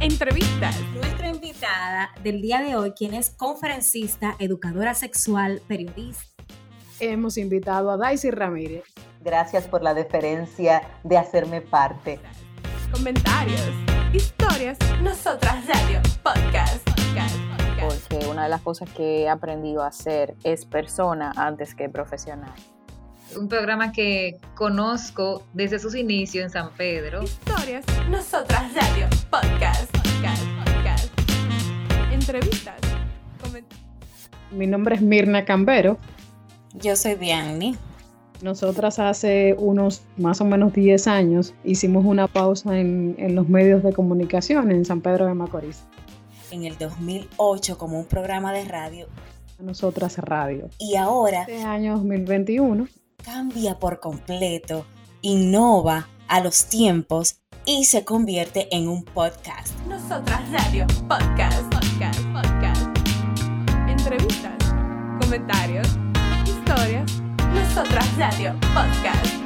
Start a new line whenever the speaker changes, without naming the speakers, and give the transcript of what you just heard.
entrevistas.
Nuestra invitada del día de hoy, quien es conferencista, educadora sexual, periodista.
Hemos invitado a Daisy Ramírez.
Gracias por la deferencia de hacerme parte.
Comentarios, historias, nosotras radio, podcast, podcast, podcast.
Porque una de las cosas que he aprendido a hacer es persona antes que profesional
un programa que conozco desde sus inicios en San Pedro.
Historias, nosotras radio, podcast, podcast, podcast. Entrevistas, comentarios.
Mi nombre es Mirna Cambero.
Yo soy Dianni.
Nosotras hace unos más o menos 10 años hicimos una pausa en, en los medios de comunicación en San Pedro de Macorís.
En el 2008 como un programa de radio.
Nosotras Radio.
Y ahora...
Este año 2021
cambia por completo, innova a los tiempos y se convierte en un podcast.
Nosotras Radio, podcast, podcast, podcast. Entrevistas, comentarios, historias. Nosotras Radio, podcast.